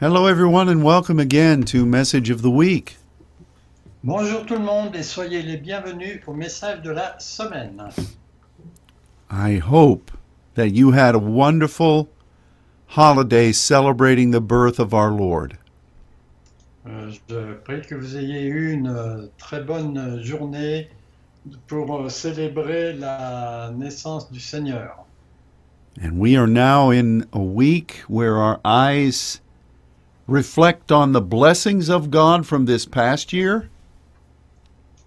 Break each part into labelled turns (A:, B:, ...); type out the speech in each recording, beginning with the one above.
A: Hello, everyone, and welcome again to Message of the Week.
B: Bonjour tout le monde et soyez les bienvenus au message de la semaine.
A: I hope that you had a wonderful holiday celebrating the birth of our Lord.
B: Euh, je prie que vous ayez eu une euh, très bonne journée pour euh, célébrer la naissance du Seigneur.
A: And we are now in a week where our eyes reflect on the blessings of God from this past year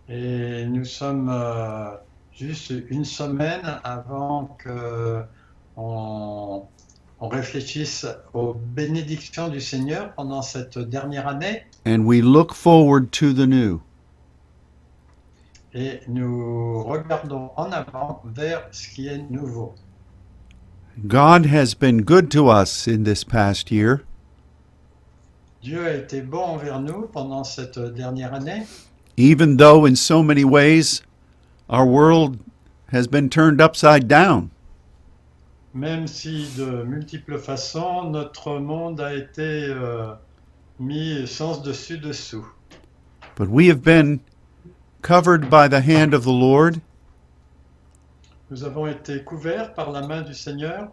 B: Et nous sommes euh, juste une semaine avant que euh, on, on réfléchisse aux bénédictions du Seigneur pendant cette dernière année
A: and we look forward to the new.
B: et nous regardons en avant vers ce qui est nouveau.
A: God has been good to us in this past year,
B: Dieu a été bon envers nous pendant cette dernière année,
A: even though in so many ways our world has been turned upside down.
B: même si de multiples façons notre monde a été euh, mis sens dessus dessous.
A: But we have been covered by the hand of the Lord,
B: Nous avons été couverts par la main du Seigneur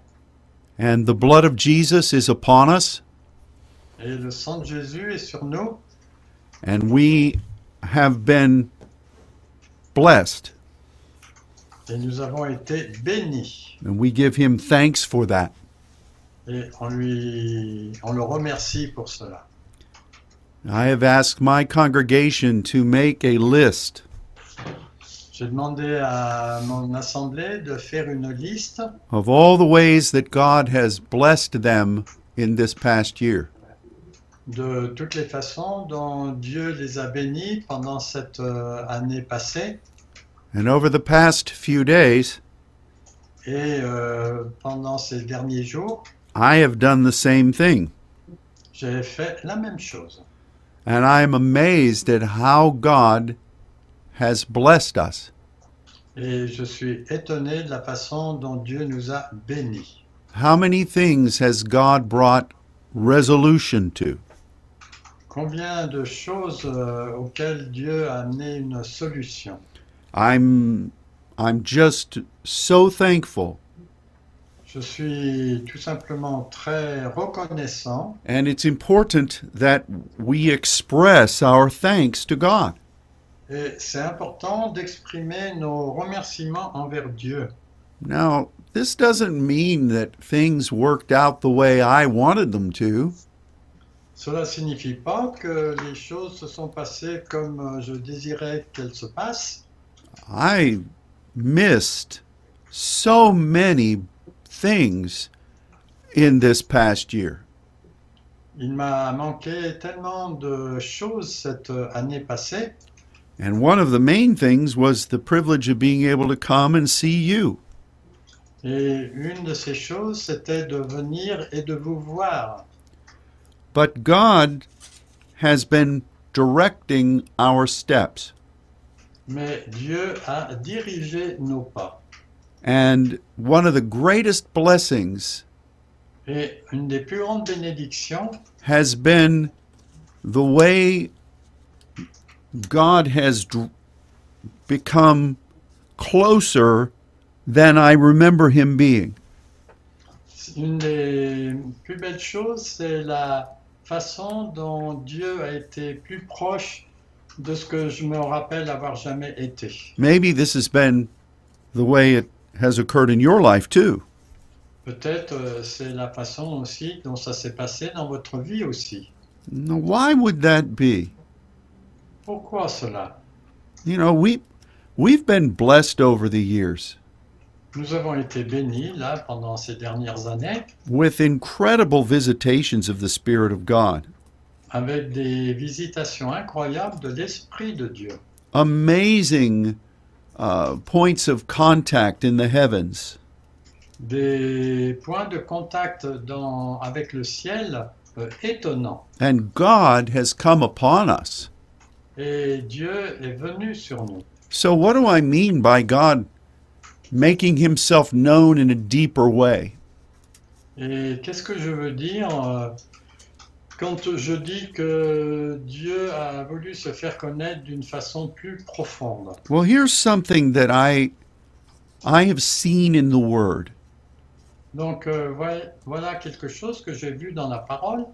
A: and the blood of Jesus is upon us,
B: et le sang de Jésus est sur nous
A: and we have been blessed,
B: et nous avons été bénis.
A: and we give Him thanks for that.
B: Et on, lui, on le remercie pour cela.
A: I have asked my congregation to make a list
B: J'ai demandé à mon assemblée de faire une liste
A: of all the ways that God has blessed them in this past year.
B: de toutes les façons dont Dieu les a bénis pendant cette euh, année passée.
A: And over the past few days,
B: Et euh, pendant ces derniers jours,
A: I have done the same thing,
B: j'ai fait la même chose.
A: and I am amazed at how God has blessed us.
B: Et je suis étonné de la façon dont Dieu nous a bénis.
A: How many things has God brought resolution to?
B: Combien de choses euh, auxquelles Dieu a amené une solution.
A: I'm I'm just so thankful.
B: Je suis tout simplement très reconnaissant
A: And it's important that we express our thanks to God.
B: et c'est important d'exprimer nos remerciements envers Dieu.
A: Now, this doesn't mean that things worked out the way I wanted them to.
B: Cela signifie pas que les choses se sont passées comme euh, je désirais qu'elles se passent.
A: I missed so many things in this past year.
B: Il m'a manqué tellement de choses cette euh, année passée
A: And one of the main things was the privilege of being able to come and see you.
B: et une de ces choses c'était de venir et de vous voir.
A: But God has been directing our steps.
B: Mais Dieu a dirigé nos pas.
A: And one of the greatest blessings
B: Et une des plus grandes bénédictions,
A: has been the way God has dr- become closer than I remember him being.
B: une des plus belles choses, c'est la façon dont Dieu a été plus proche de ce que je me rappelle avoir jamais été.
A: Maybe this has been the way it has occurred in your life too.
B: Peut-être euh, c'est la façon aussi dont ça s'est passé dans votre vie aussi.
A: Now, why would that be?
B: Pourquoi cela
A: You know, we we've been blessed over the years.
B: Nous avons été bénis là pendant ces dernières années
A: with incredible visitations of the Spirit of God,
B: avec des visitations incroyables de l'Esprit de Dieu,
A: amazing uh, points of contact in the heavens,
B: des points de contact dans, avec le ciel euh, étonnants.
A: and God has come upon us.
B: Et Dieu est venu sur nous.
A: So, what do I mean by God making Himself known in a deeper way?
B: Et qu'est-ce que je veux dire euh, quand je dis que Dieu a voulu se faire connaître d'une façon plus profonde.
A: Well, here's something that I I have seen in the word.
B: Donc euh, voilà, voilà quelque chose que j'ai vu dans la parole.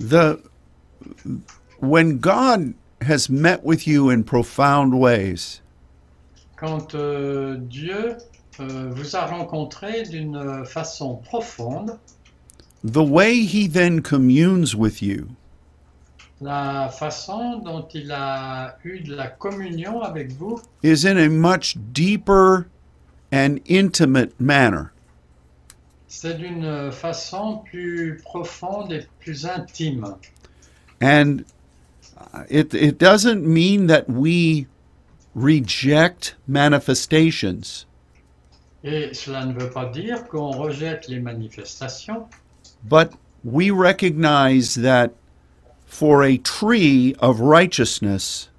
A: The when God has met with you in profound ways,
B: Quand euh, Dieu euh, vous a rencontré d'une façon profonde,
A: the way he then communes with you
B: la façon dont il a eu de la communion avec vous
A: is in a much deeper and intimate manner.
B: C'est d'une façon plus profonde et plus intime.
A: And uh, it it doesn't mean that we reject manifestations,
B: Et cela ne veut pas dire qu'on rejette les manifestations,
A: but we recognize that for a tree of righteousness,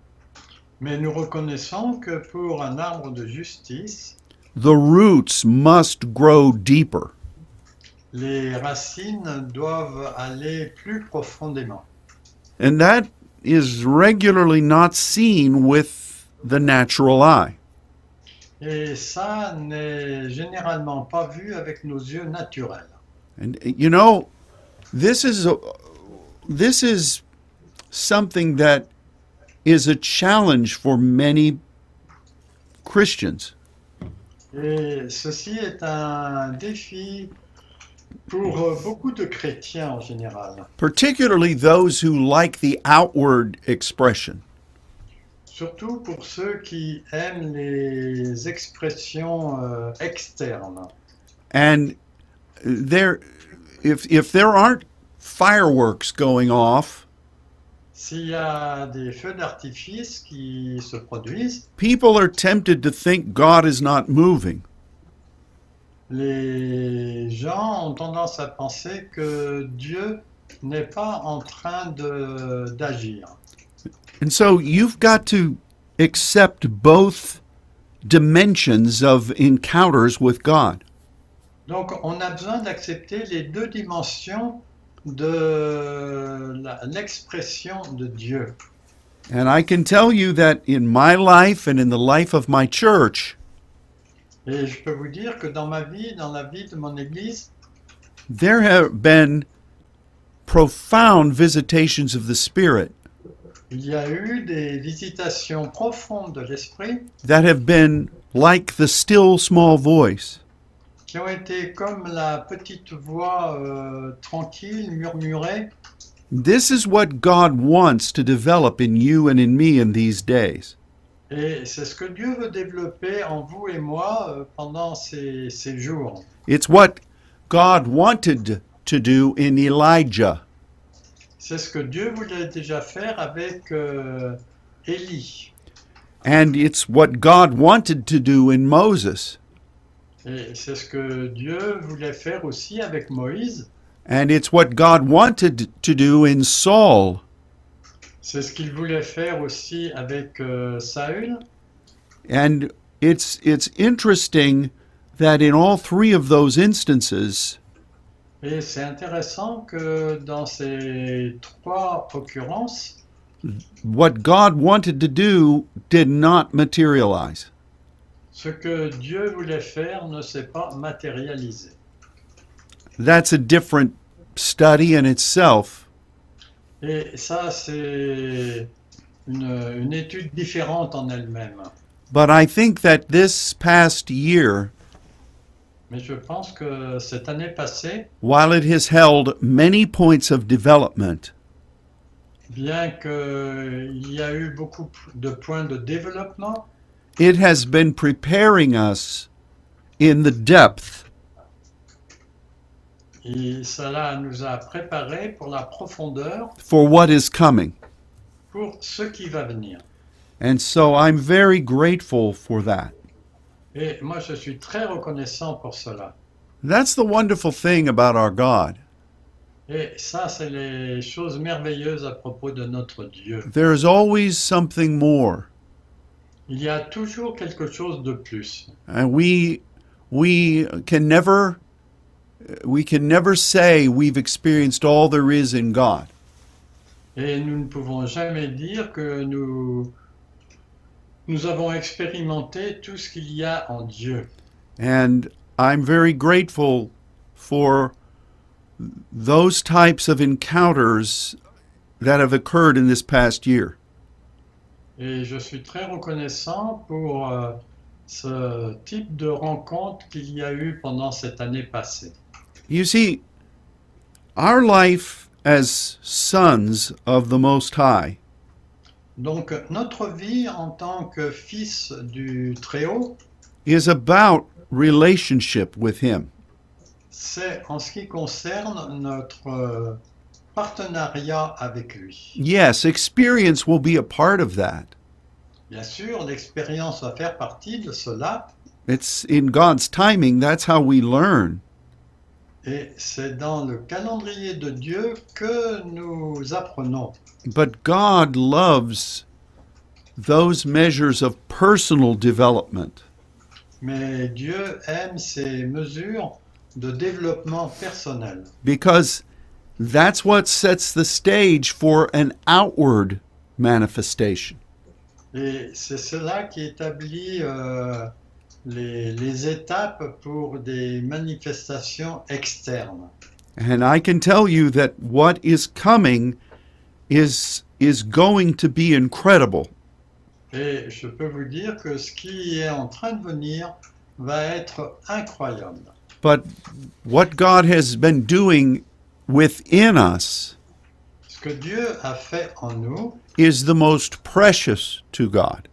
B: mais nous reconnaissons que pour un arbre de justice,
A: the roots must grow deeper.
B: les racines doivent aller plus profondément.
A: And that is regularly not seen with the natural eye.
B: Et ça n'est généralement pas vu avec nos yeux naturels.
A: And uh, you know, this is a, this is something that is a challenge for many Christians.
B: Et ceci est un défi pour euh, beaucoup de chrétiens en général,
A: particularly those who like the outward expression.
B: surtout pour ceux qui aiment les expressions euh, externes.
A: And there if if there aren't fireworks going off,
B: S'il y a des feux d'artifice qui se produisent,
A: people are tempted to think God is not moving.
B: les gens ont tendance à penser que Dieu n'est pas en train de- d'agir.
A: And so you've got to accept both dimensions of encounters with God.
B: Donc, on a besoin d'accepter les deux dimensions de la- l'expression de Dieu.
A: And I can tell you that in my life and in the life of my church,
B: Et je peux vous dire que dans ma vie, dans la vie de mon Église,
A: there have been profound visitations of the Spirit
B: il y a eu des visitations profondes de l'esprit
A: that have been like the still small voice.
B: qui ont été comme la petite voix euh, tranquille murmurée.
A: This is what God wants to develop in you and in me in these days.
B: Et c'est ce que Dieu veut développer en vous et moi euh, pendant ces, ces jours.
A: It's what God wanted to do in Elijah.
B: C'est ce que Dieu voulait déjà faire avec euh, Élie.
A: And it's what God wanted to do in Moses.
B: Et c'est ce que Dieu voulait faire aussi avec Moïse.
A: And it's what God wanted to do in Saul.
B: C'est ce qu'il voulait faire aussi avec euh, Saül.
A: And it's, it's interesting that in all three of those instances,
B: Et c'est intéressant que dans ces trois occurrences,
A: what God wanted to do did not materialize.
B: ce que Dieu voulait faire ne s'est pas matérialisé.
A: That's a different study in itself.
B: Et ça, c'est une, une étude différente en elle-même.
A: But I think that this past year,
B: Mais je pense que cette année passée,
A: while it has held many points of development,
B: bien qu'il y a eu beaucoup de points de développement,
A: it has been preparing us in the depth
B: Et cela nous a préparés pour la profondeur,
A: for what is coming.
B: pour ce qui va venir.
A: And so I'm very grateful for that.
B: Et moi, je suis très reconnaissant pour cela.
A: That's the wonderful thing about our God.
B: Et ça, c'est les choses merveilleuses à propos de notre Dieu.
A: There is always something more.
B: Il y a toujours quelque chose de plus.
A: And we we can never we can never say we've experienced all there is in God.
B: Et nous ne pouvons jamais dire que nous, nous avons expérimenté tout ce qu'il y a en Dieu.
A: And I'm very grateful for those types of encounters that have occurred in this past year.
B: Et je suis très reconnaissant pour euh, ce type de rencontre qu'il y a eu pendant cette année passée.
A: You see, our life as sons of the Most High
B: Donc notre vie en tant que fils du Très-Haut,
A: is about relationship with Him.
B: c'est en ce qui concerne notre euh, partenariat avec lui.
A: Yes, experience will be a part of that.
B: Bien sûr, l'expérience va faire partie de cela,
A: It's in God's timing, that's how we learn.
B: et c'est dans le calendrier de Dieu que nous apprenons.
A: But God loves those measures of personal development.
B: Mais Dieu aime ces mesures de développement personnel,
A: because that's what sets the stage for an outward manifestation.
B: et c'est cela qui établit euh, les- les étapes pour des manifestations externes.
A: And I can tell you that what is coming is is going to be incredible.
B: Et je peux vous dire que ce qui est en train de venir va être incroyable.
A: But what God has been doing within us
B: Ce que Dieu a fait en nous,
A: is the most precious to God,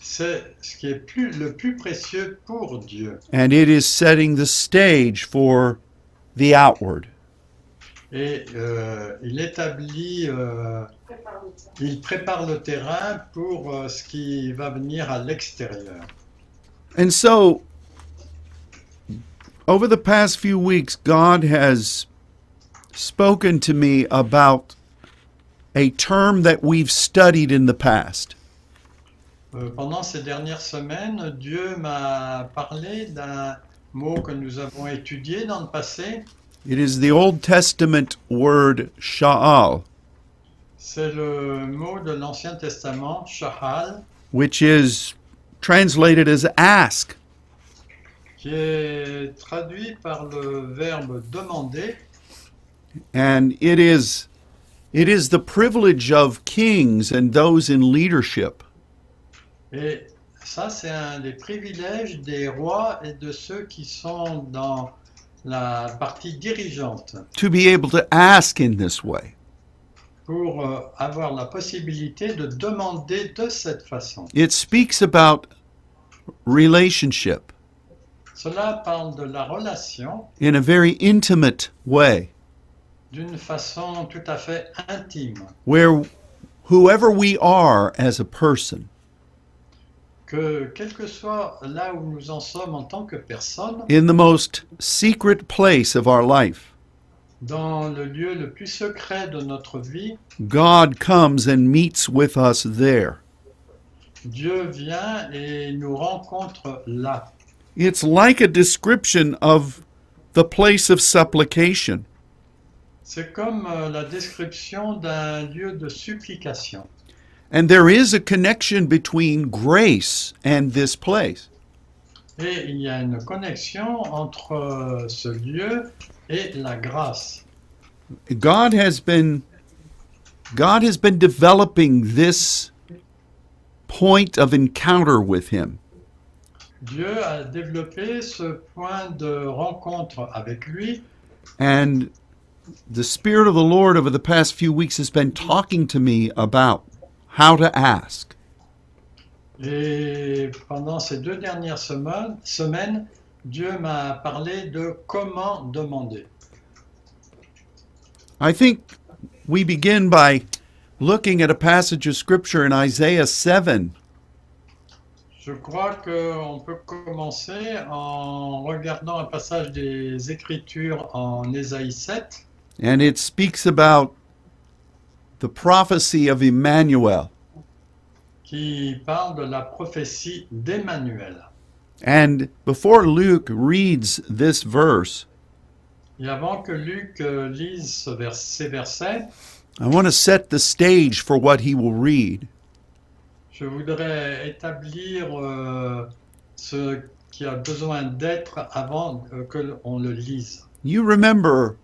B: c'est ce qui est plus- le plus précieux pour Dieu.
A: and it is setting the stage for the outward.
B: Et euh, il établit, euh, il prépare le terrain pour euh, ce qui va venir à l'extérieur.
A: And so, over the past few weeks, God has spoken to me about a term that we've studied in the past.
B: Euh, pendant ces dernières semaines, Dieu m'a parlé d'un mot que nous avons étudié dans le passé.
A: It is the Old Testament word sha'al,
B: C'est le mot de l'Ancien Testament, Shahal.
A: which is translated as ask.
B: qui est traduit par le verbe demander
A: And it is, it is the privilege of kings and those in leadership
B: et ça c'est un des privilèges des rois et de ceux qui sont dans la partie dirigeante
A: to be able to ask in this way.
B: pour euh, avoir la possibilité de demander de cette façon.
A: It speaks about relationship.
B: Cela parle de la relation
A: in a very intimate way
B: d'une façon tout à fait intime,
A: where whoever we are as a person
B: que quel que soit là où nous en sommes en tant que personne,
A: in the most secret place of our life
B: dans le lieu le plus secret de notre vie,
A: god comes and meets with us there
B: Dieu vient et nous rencontre là.
A: it's like a description of the place of supplication
B: C'est comme euh, la description d'un lieu de supplication.
A: and there is a connection between grace and this place
B: Et il y a une connexion entre euh, ce lieu et la grâce.
A: god has been god has been developing this point of encounter with him
B: Dieu a développé ce point de rencontre avec lui
A: And the Spirit of the Lord over the past few weeks has been talking to me about how to ask.
B: et pendant ces deux dernières semaines, semaines, Dieu m'a parlé de comment demander.
A: I think we begin by looking at a passage of Scripture in Isaiah 7,
B: Je crois qu'on peut commencer en regardant un passage des Écritures en Ésaïe 7.
A: and it speaks about the prophecy of Emmanuel.
B: qui parle de la prophétie d'Emmanuel.
A: And before Luke reads this verse,
B: Et avant que Luc euh, lise ce vers- ces versets,
A: I want to set the stage for what he will read.
B: je voudrais établir euh, ce qui a besoin d'être avant euh, que l'on le lise.
A: You remember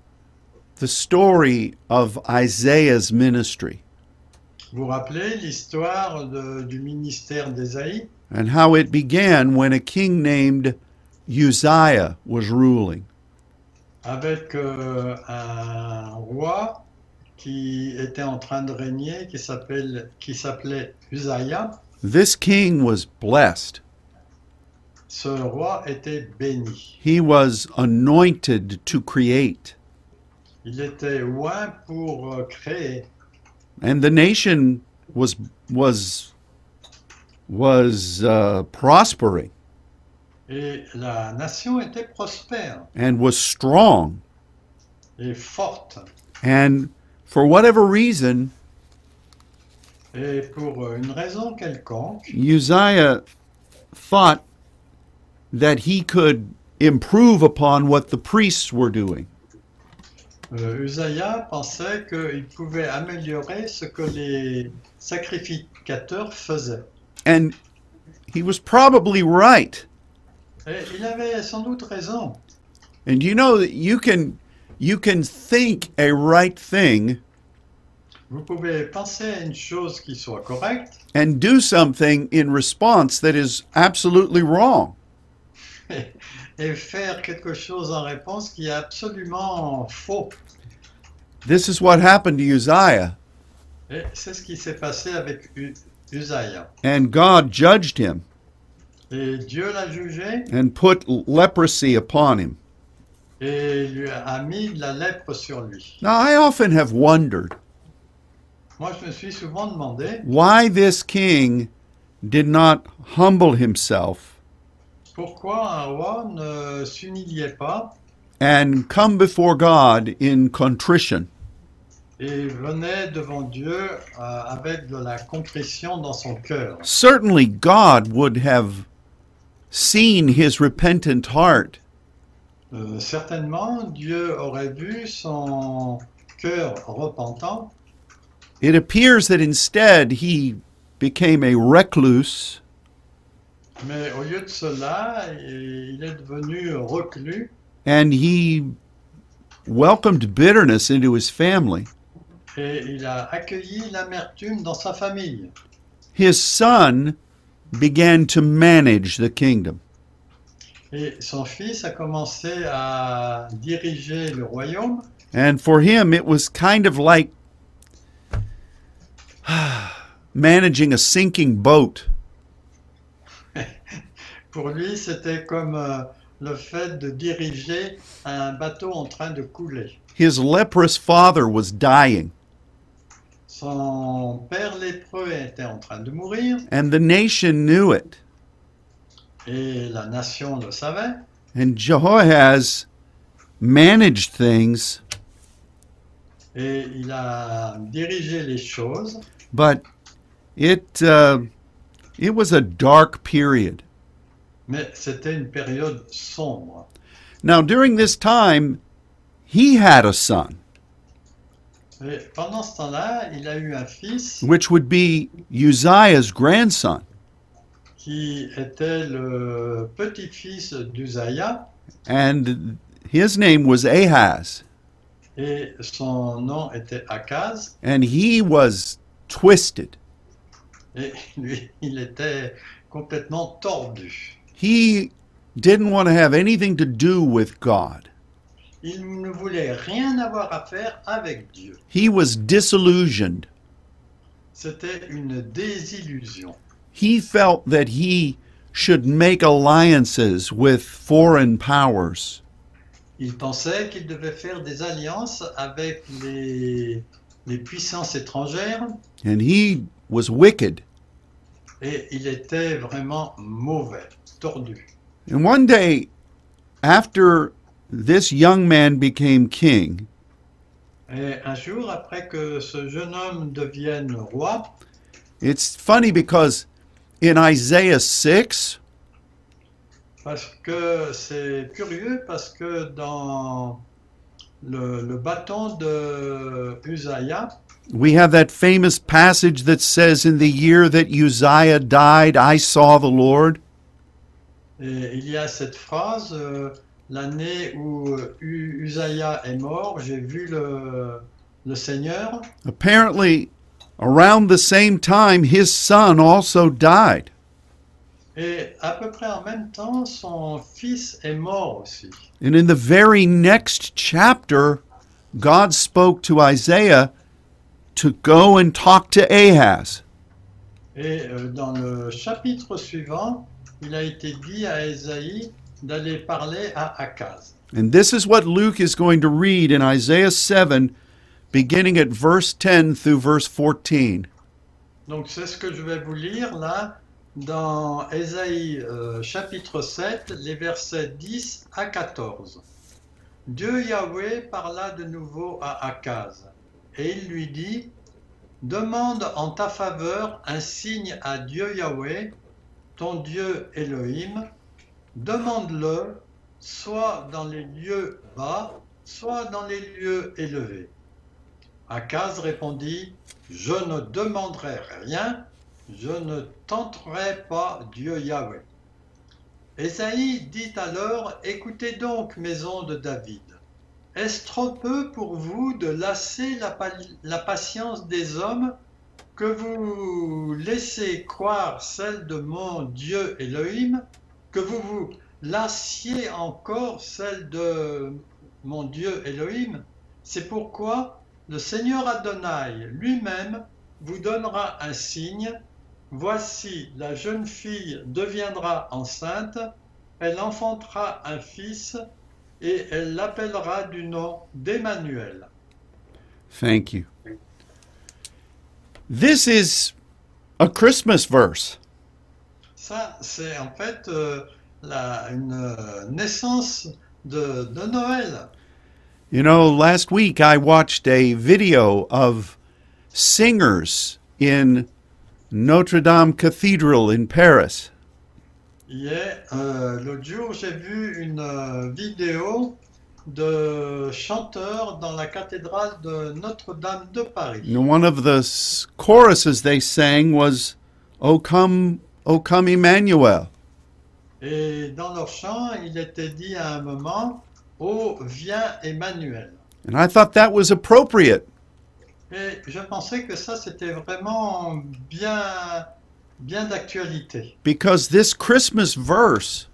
A: the story of Isaiah's ministry
B: Vous vous rappelez l'histoire de- du ministère d'Ésaïe
A: and how it began when a king named Uzziah was ruling.
B: avec euh, un roi qui était en train de régner, qui s'appelle- qui s'appelait Uzziah.
A: This king was blessed.
B: Ce roi était béni.
A: He was anointed to create,
B: Il était loin pour euh, créer.
A: and the nation was was was uh, prospering
B: Et la nation était prospère
A: and was strong.
B: et forte.
A: And for whatever reason,
B: Et pour euh, une raison quelconque,
A: Uzziah thought that he could improve upon what the priests were doing.
B: euh, Uzziah pensait qu'il pouvait améliorer ce que les sacrificateurs faisaient.
A: And he was probably right.
B: Et Eh, il avait sans doute raison.
A: And you know that you can you can think a right thing
B: Vous pouvez penser à une chose qui soit correcte
A: and do something in response that is absolutely wrong.
B: et faire quelque chose en réponse qui est absolument faux.
A: This is what happened to Uzziah,
B: Et c'est ce qui s'est passé avec U- Uzziah.
A: and God judged him
B: Et Dieu l'a jugé
A: and put leprosy upon him.
B: et lui a mis de la lèpre sur lui.
A: Now I often have wondered
B: Moi, je me suis souvent demandé
A: why this king did not humble himself
B: pourquoi un roi ne s'humiliait pas
A: and come before God in contrition.
B: et venait devant Dieu euh, avec de la contrition dans son cœur.
A: Certainly, God would have seen his repentant heart
B: Euh, certainement, Dieu aurait vu son cœur repentant
A: It appears that instead he became a recluse
B: Mais au lieu de cela, il est devenu reclus
A: and he welcomed bitterness into his family.
B: et il a accueilli l'amertume dans sa famille.
A: His son began to manage the kingdom.
B: Et son fils a commencé à diriger le royaume.
A: And for him, it was kind of like managing a sinking boat.
B: Pour lui, c'était comme euh, le fait de diriger un bateau en train de couler.
A: His leprous father was dying,
B: Son père lépreux était en train de mourir
A: and the nation knew it.
B: et la nation le savait.
A: And Jehoahaz managed things
B: Et il a dirigé les choses,
A: but it uh, it was a dark period.
B: mais c'était une période sombre.
A: Now during this time, he had a son,
B: Et pendant ce temps-là, il a eu un fils
A: which would be Uzziah's grandson,
B: qui était le petit-fils d'Uzaïa
A: and his name was Ahaz,
B: et son nom était Akaz
A: and he was twisted.
B: et lui, il était complètement tordu.
A: He didn't want to have anything to do with God.
B: Il ne voulait rien avoir à faire avec Dieu.
A: He was disillusioned.
B: C'était une désillusion.
A: He felt that he should make alliances with foreign powers.
B: Il pensait qu'il devait faire des alliances avec les, les puissances étrangères
A: and he was wicked.
B: et il était vraiment mauvais, tordu.
A: And one day, after this young man became king,
B: Et un jour, après que ce jeune homme devienne roi,
A: it's funny because in Isaiah 6,
B: parce que c'est curieux, parce que dans le, le bâton de Uzziah,
A: We have that famous passage that says, In the year that Uzziah died, I saw the Lord.
B: et il y a cette phrase, euh, l'année où euh, U- Uzziah est mort, j'ai vu le, le Seigneur.
A: Apparently, around the same time, his son also died.
B: Et à peu près en même temps, son fils est mort aussi.
A: And in the very next chapter, God spoke to Isaiah to go and talk to Ahaz.
B: Et euh, dans le chapitre suivant, il a été dit à Ésaïe d'aller parler à Akaz.
A: And this is what Luke is going to read in Isaiah 7, beginning at verse 10 through verse 14.
B: Donc c'est ce que je vais vous lire là dans Ésaïe euh, chapitre 7, les versets 10 à 14. Dieu Yahweh parla de nouveau à Akaz et il lui dit Demande en ta faveur un signe à Dieu Yahweh, ton Dieu Elohim, demande-le soit dans les lieux bas, soit dans les lieux élevés. Akaz répondit je ne demanderai rien, je ne tenterai pas Dieu Yahweh. Ésaïe dit alors, écoutez donc, maison de David, est-ce trop peu pour vous de lasser la, pa- la patience des hommes que vous laissez croire celle de mon Dieu Elohim, que vous vous lassiez encore celle de mon Dieu Elohim C'est pourquoi le Seigneur Adonai lui-même vous donnera un signe. Voici, la jeune fille deviendra enceinte, elle enfantera un fils, et elle l'appellera du nom d'Emmanuel.
A: Thank you. This is a Christmas verse.
B: Ça, c'est en fait euh, la- une euh, naissance de, de Noël.
A: You know, last week I watched a video of singers in Notre Dame Cathedral in Paris.
B: Hier, euh, l'autre jour, j'ai vu une euh, vidéo de chanteurs dans la cathédrale de Notre-Dame de Paris.
A: You know, one of the s- choruses they sang was "O come, O come Emmanuel."
B: Et dans leur chant, il était dit à un moment, Oh, viens Emmanuel.
A: And I thought that was appropriate.
B: Et je pensais que ça, c'était vraiment bien, bien d'actualité.
A: Because this Christmas verse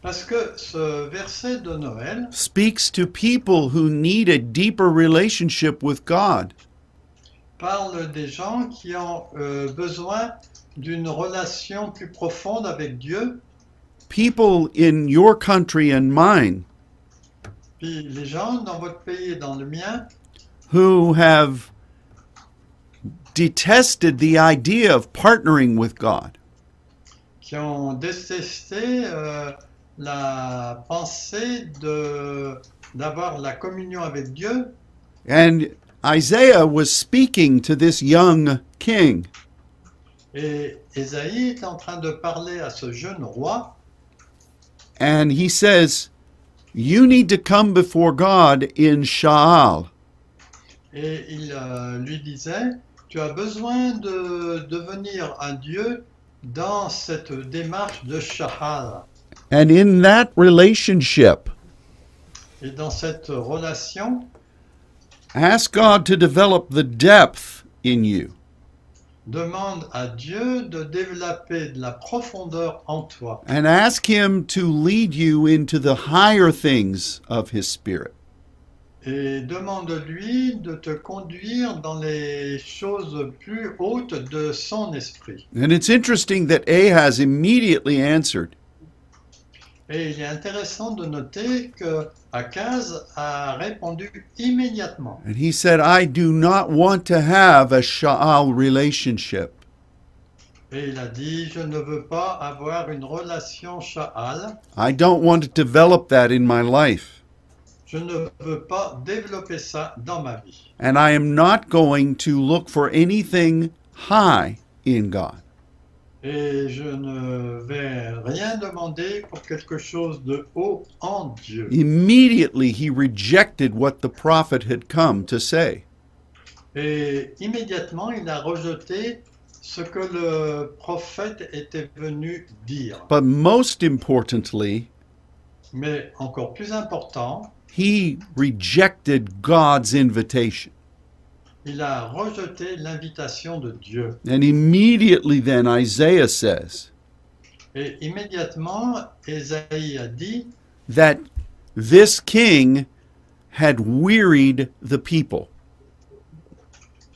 B: Parce que ce verset de Noël
A: speaks to people who need a deeper relationship with God.
B: parle des gens qui ont euh, besoin d'une relation plus profonde avec Dieu.
A: People in your country and mine
B: Puis les gens dans votre pays et dans le mien
A: who have detested the idea of partnering with God.
B: qui ont détesté euh, la pensée de d'avoir la communion avec Dieu
A: And Isaiah was speaking to this young king.
B: Et Ésaïe est en train de parler à ce jeune roi
A: And he says, You need to come before God in Sha'al.
B: et il euh, lui disait, tu as besoin de devenir un dieu dans cette démarche de Shahar.
A: And in that relationship,
B: Et dans cette relation,
A: ask God to develop the depth in you.
B: demande à Dieu de développer de la profondeur en toi
A: And ask Him to lead you into the higher things of His Spirit.
B: et demande-lui de te conduire dans les choses plus hautes de son esprit.
A: And it's interesting that Ahaz immediately answered.
B: Et il est intéressant de noter que Akaz a répondu immédiatement.
A: And he said, I do not want to have a Sha'al relationship.
B: Et il a dit, je ne veux pas avoir une relation Sha'al,
A: I don't want to develop that in my life.
B: je ne veux pas développer ça dans ma vie.
A: And I am not going to look for anything high in God.
B: et je ne vais rien demander pour quelque chose de haut en Dieu.
A: Immediately, he rejected what the prophet had come to say.
B: Et immédiatement, il a rejeté ce que le prophète était venu dire.
A: But most importantly,
B: Mais encore plus important,
A: he rejected God's invitation.
B: il a rejeté l'invitation de Dieu.
A: And immediately, then, Isaiah says
B: Et immédiatement, Ésaïe a dit
A: that this king had wearied the people.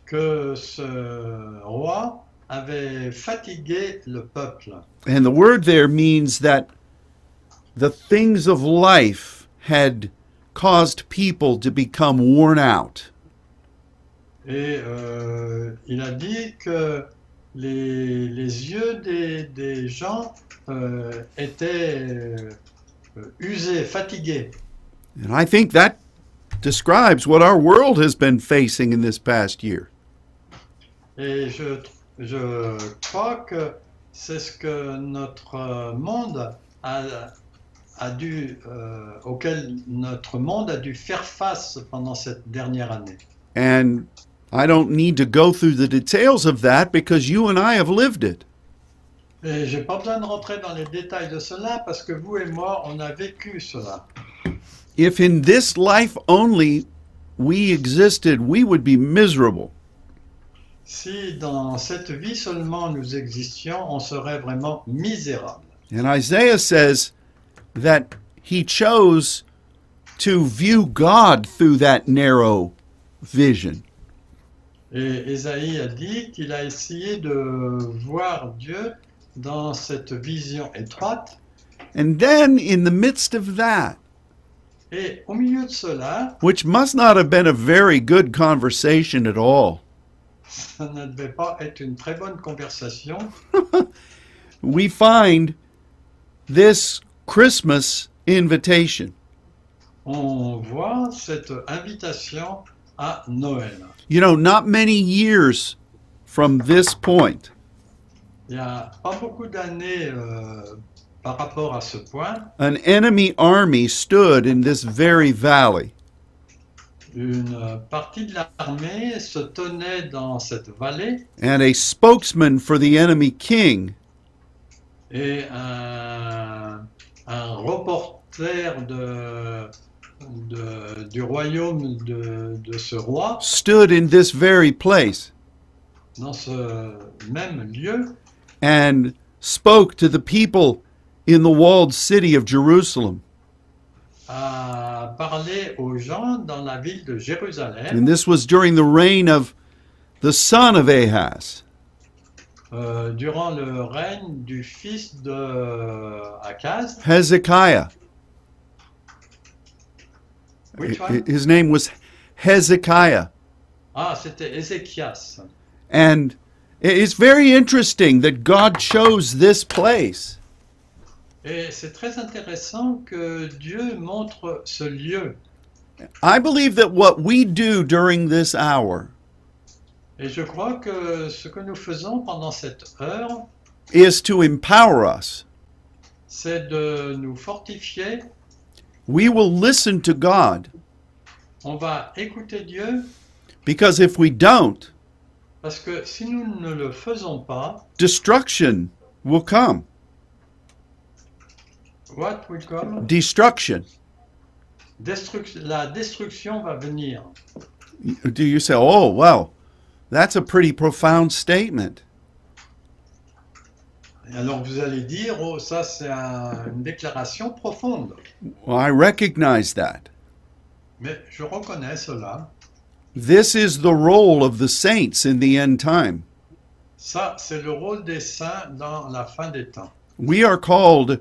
B: que ce roi avait fatigué le peuple.
A: And the word there means that the things of life had caused people to become worn out.
B: Et euh, il a dit que les, les yeux des, des gens euh, étaient euh, usés, fatigués.
A: And I think that describes what our world has been facing in this past year.
B: Et je, je crois que c'est ce que notre euh, monde a, a dû, euh, auquel notre monde a dû faire face pendant cette dernière année.
A: And I don't need to go through the details of that because you and I have lived it.
B: Et j'ai pas besoin de rentrer dans les détails de cela parce que vous et moi, on a vécu cela.
A: If in this life only we existed, we would be miserable.
B: Si dans cette vie seulement nous existions, on serait vraiment misérable.
A: And Isaiah says that he chose to view God through that narrow vision.
B: Et Ésaïe a dit qu'il a essayé de voir Dieu dans cette vision étroite.
A: And then, in the midst of that,
B: Et au milieu de cela,
A: which must not have been a very good conversation at all,
B: ça ne devait pas être une très bonne conversation.
A: we find this Christmas invitation.
B: On voit cette invitation à Noël.
A: You know, not many years from this point,
B: Il n'y a pas beaucoup d'années euh, par rapport à ce point.
A: an enemy army stood in this very valley.
B: Une partie de l'armée se tenait dans cette vallée
A: and a spokesman for the enemy king
B: et un, un reporter de, de- du royaume de, de ce roi
A: stood in this very place
B: dans ce même lieu
A: and spoke to the people in the walled city of Jerusalem.
B: a parlé aux gens dans la ville de
A: And
B: Jérusalem.
A: this was during the reign of the son of Ahaz.
B: euh, durant le règne du fils de euh, Akaz,
A: Hezekiah.
B: Which
A: Hi-
B: one?
A: His name was Hezekiah.
B: ah c'était Ézéchias.
A: And i- it's very interesting that God chose this place.
B: Et c'est très intéressant que Dieu montre ce lieu.
A: I believe that what we do during this hour
B: Et je crois que ce que nous faisons pendant cette heure,
A: is to empower us.
B: c'est de nous fortifier.
A: We will listen to God
B: On va écouter Dieu
A: Because if we don't,
B: parce que si nous ne le faisons pas,
A: destruction will come.
B: what will come?
A: Destruction.
B: Destruc- la destruction va venir.
A: Do you say, oh, well, that's a pretty profound statement?
B: Et alors vous allez dire, oh ça c'est un- une déclaration profonde.
A: Well, I recognize that.
B: Mais je reconnais cela.
A: This is the role of the saints in the end time.
B: Ça c'est le rôle des saints dans la fin des temps.
A: We are called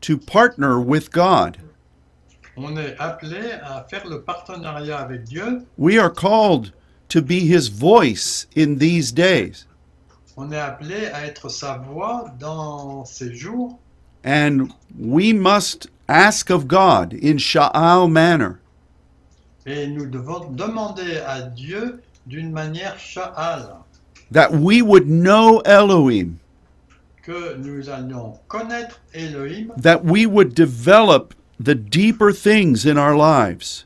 A: to partner with God.
B: On est appelé à faire le partenariat avec Dieu
A: We are called to be his voice in these days.
B: On est appelé à être sa voix dans ces jours
A: And we must ask of God in Sha'al manner.
B: et nous devons demander à Dieu d'une manière Sha'al
A: that we would know Elohim,
B: que nous allions connaître Elohim
A: that we would develop the deeper things in our lives.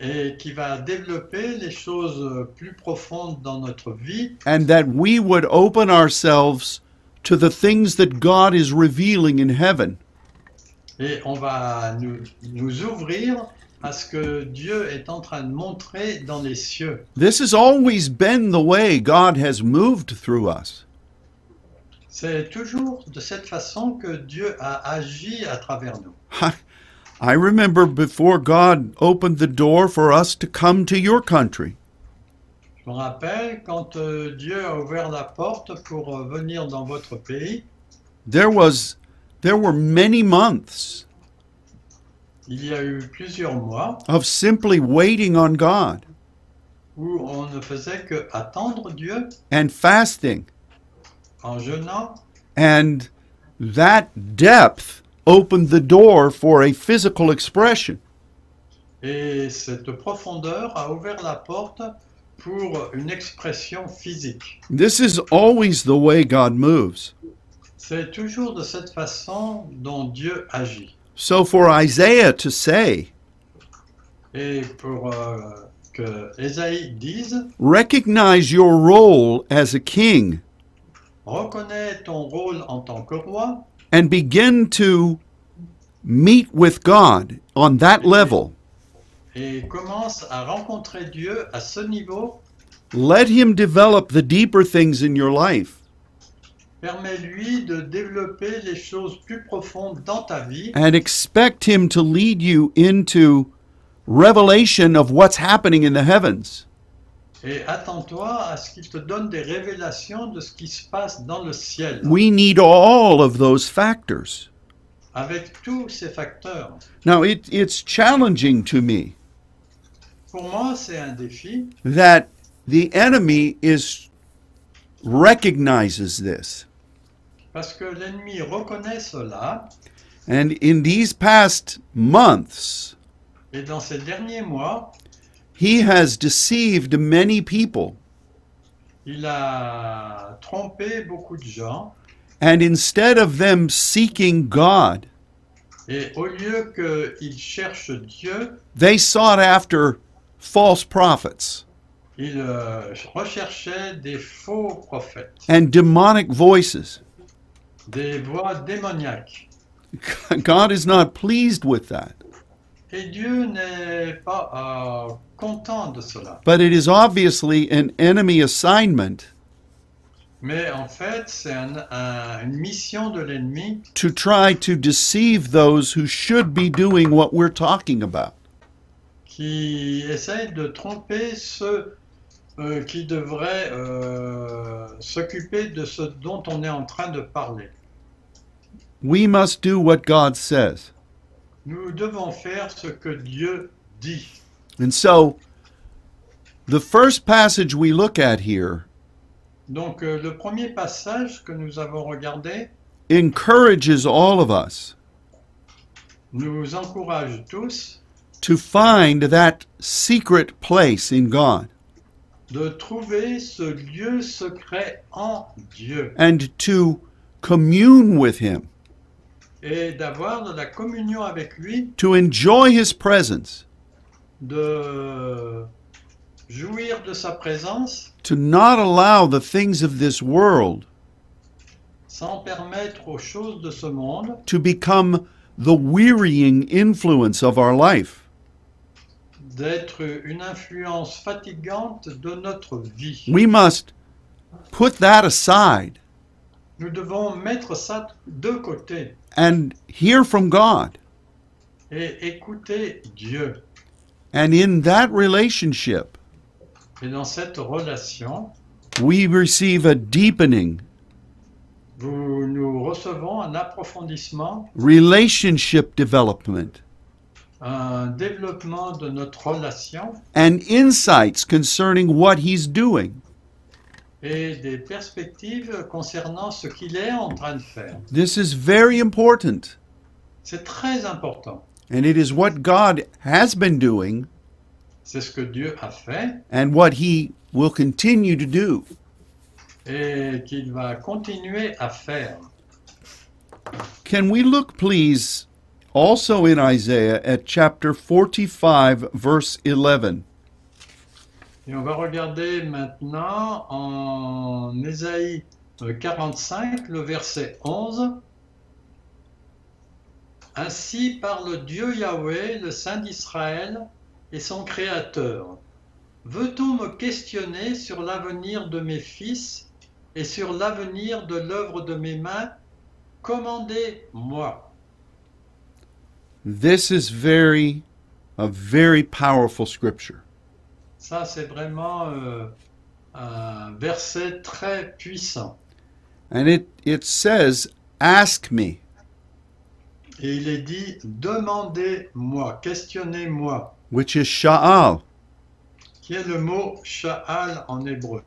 B: et qui va développer les choses plus profondes dans notre vie
A: and that we would open ourselves to the things that God is revealing in heaven.
B: et on va nous, nous ouvrir à ce que Dieu est en train de montrer dans les cieux.
A: This has always been the way God has moved through us.
B: C'est toujours de cette façon que Dieu a agi à travers nous.
A: I remember before God opened the door for us to come to your country,
B: Je me rappelle quand euh, Dieu a ouvert la porte pour euh, venir dans votre pays,
A: there was there were many months
B: il y a eu plusieurs mois
A: of simply waiting on God
B: où on ne faisait que attendre Dieu
A: and fasting
B: en jeûnant
A: and that depth opened the door for a physical expression.
B: et cette profondeur a ouvert la porte pour une expression physique.
A: This is always the way God moves.
B: C'est toujours de cette façon dont Dieu agit.
A: So for Isaiah to say,
B: Et pour euh, que Ésaïe dise,
A: recognize your role as a king
B: reconnais ton rôle en tant que roi
A: and begin to meet with God on that level,
B: et commence à rencontrer Dieu à ce niveau
A: let him develop the deeper things in your life
B: Permets-lui de développer les choses plus profondes dans ta vie
A: and expect him to lead you into revelation of what's happening in the heavens.
B: et attends-toi à ce qu'il te donne des révélations de ce qui se passe dans le ciel
A: We need all of those factors.
B: avec tous ces facteurs.
A: Now, it, it's challenging to me
B: Pour moi, c'est un défi
A: that the enemy is recognizes this.
B: parce que l'ennemi reconnaît cela
A: And in these past months,
B: et dans ces derniers mois,
A: he has deceived many people.
B: il a trompé beaucoup de gens
A: And instead of them seeking God,
B: et au lieu qu'ils cherchent Dieu,
A: they sought after false prophets
B: ils euh, recherchaient des faux prophètes,
A: and demonic voices.
B: des voix démoniaques.
A: God is not pleased with that.
B: Et Dieu n'est pas euh, content de cela.
A: But it is obviously an enemy assignment
B: Mais en fait, c'est un- un- une mission de l'ennemi
A: to try to deceive those who should be doing what we're talking about.
B: qui essaie de tromper ceux euh, qui devraient euh, s'occuper de ce dont on est en train de parler.
A: We must do what God says.
B: Nous devons faire ce que Dieu dit.
A: And so, the first passage we look at here
B: Donc euh, le premier passage que nous avons regardé
A: encourages all of us
B: nous encourage tous
A: to find that secret place in God
B: de trouver ce lieu secret en Dieu
A: and to commune with Him,
B: et d'avoir de la communion avec lui
A: to enjoy His presence,
B: de jouir de sa présence
A: to not allow the things of this world
B: sans permettre aux choses de ce monde
A: to become the wearying influence of our life.
B: d'être une influence fatigante de notre vie.
A: We must put that aside
B: Nous devons mettre ça de côté
A: and hear from God.
B: et écouter Dieu.
A: And in that relationship,
B: Et dans cette relation,
A: we receive a deepening
B: vous, nous recevons un approfondissement,
A: relationship development
B: un développement de notre relation
A: and insights concerning what he's doing.
B: et des perspectives concernant ce qu'il est en train de faire.
A: This is very important,
B: C'est très important.
A: and it is what God has been doing
B: C'est ce que Dieu a fait
A: and what he will continue to do.
B: et qu'il va continuer à faire.
A: Can we look, please, also in Isaiah at chapter 45, verse 11?
B: Et on va regarder maintenant en Ésaïe euh, 45, le verset 11. Ainsi parle Dieu Yahweh, le Saint d'Israël et son Créateur. Veut-on me questionner sur l'avenir de mes fils et sur l'avenir de l'œuvre de mes mains Commandez-moi.
A: This is very, a very powerful scripture.
B: Ça, c'est vraiment euh, un verset très puissant.
A: And it, it says, Ask me,
B: Et il est dit Demandez-moi, questionnez-moi,
A: which is Sha'al.
B: qui est le mot Sha'al en hébreu.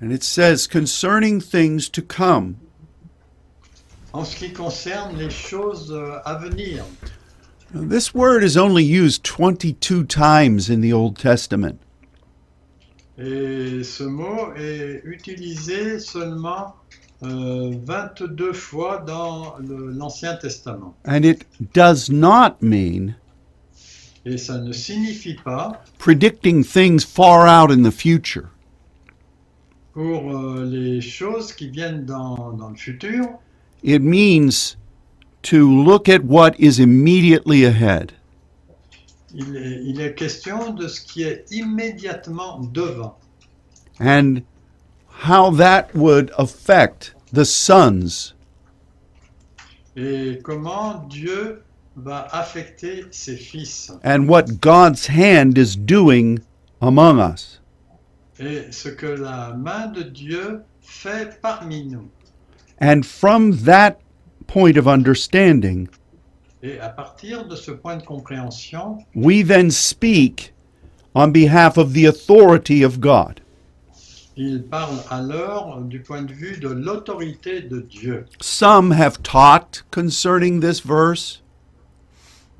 A: And it says, Concerning things to come.
B: En ce qui concerne les choses euh, à venir,
A: Now, this word is only used 22 times in the Old Testament.
B: Et ce mot est utilisé seulement euh, 22 fois dans le- l'Ancien Testament.
A: And it does not mean
B: Et ça ne signifie pas,
A: predicting things far out in the future.
B: pour euh, les choses qui viennent dans, dans le futur,
A: It means to look at what is immediately ahead.
B: il est, il est question de ce qui est immédiatement devant
A: and how that would affect the sons.
B: et comment Dieu va affecter ses fils
A: and what God's hand is doing among us.
B: et ce que la main de Dieu fait parmi nous.
A: And from that point of understanding,
B: Et à partir de ce point de compréhension,
A: we then speak on behalf of the authority of God.
B: Il parle alors du point de vue de l'autorité de Dieu.
A: Some have taught concerning this verse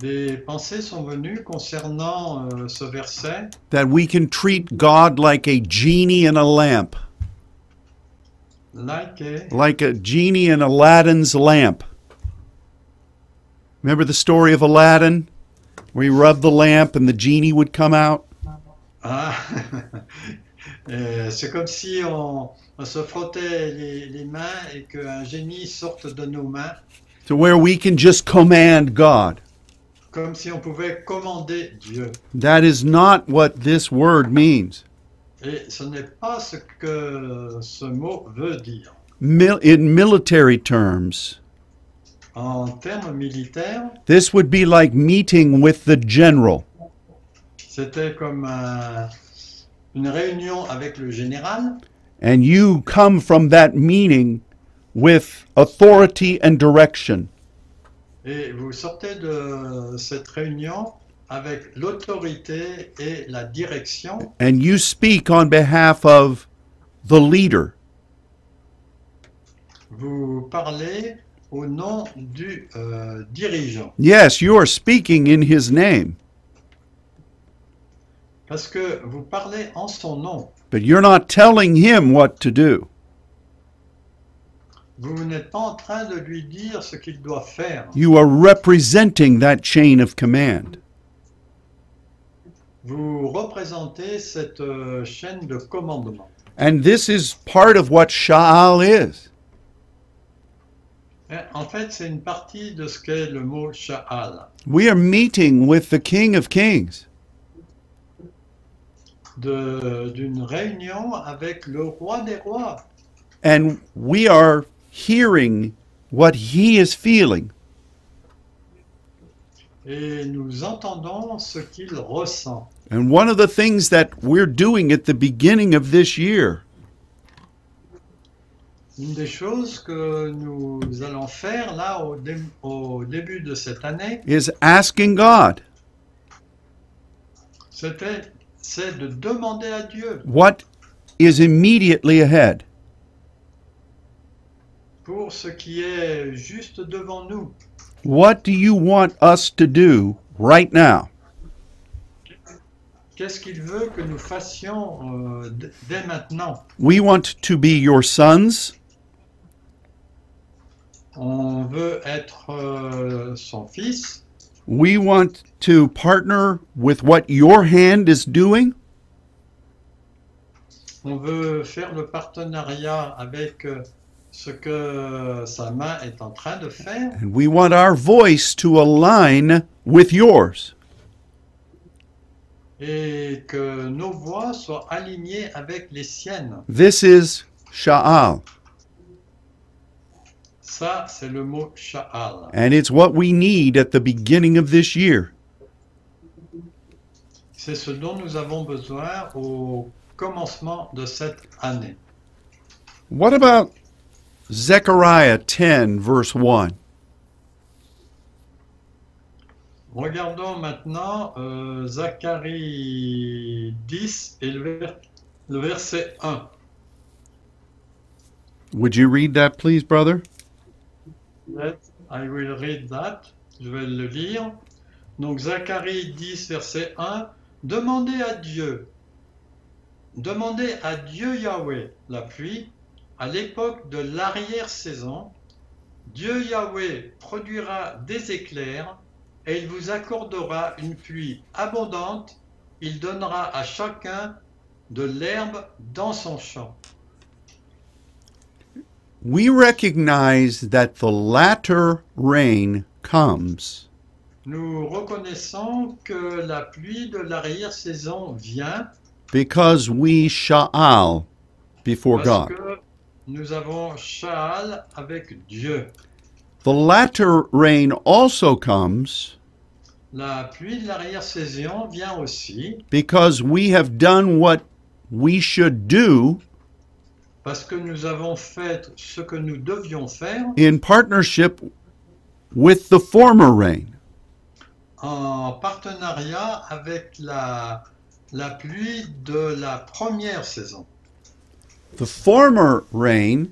B: Des pensées sont venues concernant euh, ce verset,
A: that we can treat God like a genie in a lamp,
B: like et-
A: like a genie in Aladdin's lamp. Remember the story of Aladdin where he rubbed the lamp and the genie would come out?
B: Ah, euh, c'est comme si on, on se frottait les, les mains et qu'un génie sorte de nos mains,
A: to where we can just command God.
B: comme si on pouvait commander Dieu.
A: That is not what this word means.
B: Et ce n'est pas ce que ce mot veut dire.
A: Mil- in military terms,
B: En termes militaires,
A: this would be like meeting with the general
B: c'était comme un- une réunion avec le général.
A: and you come from that meeting with authority and direction.
B: Et vous sortez de cette réunion avec l'autorité et la direction
A: And you speak on behalf of the leader.
B: vous parlez au nom du euh, dirigeant.
A: Yes, you are speaking in his name,
B: Parce que vous parlez en son nom.
A: but you're not telling him what to do.
B: Vous n'êtes pas en train de lui dire ce qu'il doit faire.
A: You are representing that chain of command.
B: Vous représentez cette euh, chaîne de commandement.
A: And this is part of what Sha'al is.
B: Et Eh, en fait, c'est une partie de ce qu'est le mot Sha'al,
A: We are meeting with the King of Kings.
B: de- d'une réunion avec le roi des rois.
A: And we are hearing what he is feeling.
B: Et nous entendons ce qu'il ressent.
A: And one of the things that we're doing at the beginning of this year
B: Une des choses que nous allons faire là au, dé- au début de cette année,
A: is asking God,
B: c'était c'est de demander à Dieu
A: What is immediately ahead?
B: pour ce qui est juste devant nous.
A: What do you want us to do right now?
B: Qu'est-ce qu'il veut que nous fassions euh, d- dès maintenant
A: We want to be your sons,
B: On veut être euh, son fils,
A: we want to partner with what your hand is doing,
B: on veut faire le partenariat avec euh, ce que sa main est en train de faire
A: and we want our voice to align with yours.
B: et que nos voix soient alignées avec les siennes.
A: This is Sha'al,
B: Ça, c'est le mot Sha'al.
A: and it's what we need at the beginning of this year.
B: C'est ce dont nous avons besoin au commencement de cette année.
A: What about Zechariah 10, verse 1?
B: Regardons maintenant euh, Zacharie 10 et le, ver- le verset 1.
A: Would you read that, please, brother?
B: Let- I will read that. Je vais le lire. Donc Zacharie 10, verset 1. Demandez à Dieu. Demandez à Dieu Yahweh la pluie. À l'époque de l'arrière-saison, Dieu Yahweh produira des éclairs et il vous accordera une pluie abondante. Il donnera à chacun de l'herbe dans son champ.
A: We recognize that the latter rain comes,
B: Nous reconnaissons que la pluie de l'arrière-saison vient
A: because we sha'al before
B: Parce
A: Oh, God.
B: que nous avons Shaal avec Dieu.
A: The latter rain also comes
B: La pluie de l'arrière-saison vient aussi
A: because we have done what we should do
B: parce que nous avons fait ce que nous devions faire
A: in partnership with the former rain.
B: en partenariat avec la, la pluie de la première saison.
A: The former rain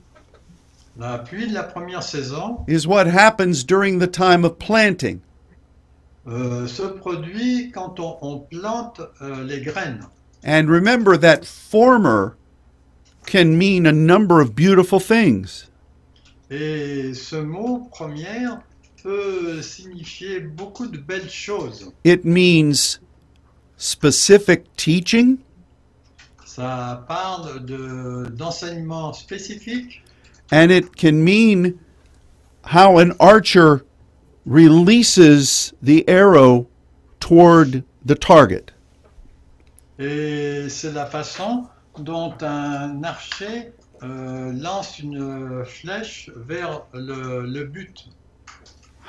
B: La pluie de la première saison
A: is what happens during the time of planting.
B: euh, se produit quand on, on plante euh, les graines.
A: And remember that former can mean a number of beautiful things.
B: Et ce mot première peut signifier beaucoup de belles choses.
A: It means specific teaching,
B: Ça parle de, d'enseignement spécifique
A: and it can mean how an archer releases the arrow toward the target.
B: et c'est la façon dont un archer euh, lance une flèche vers le, le but.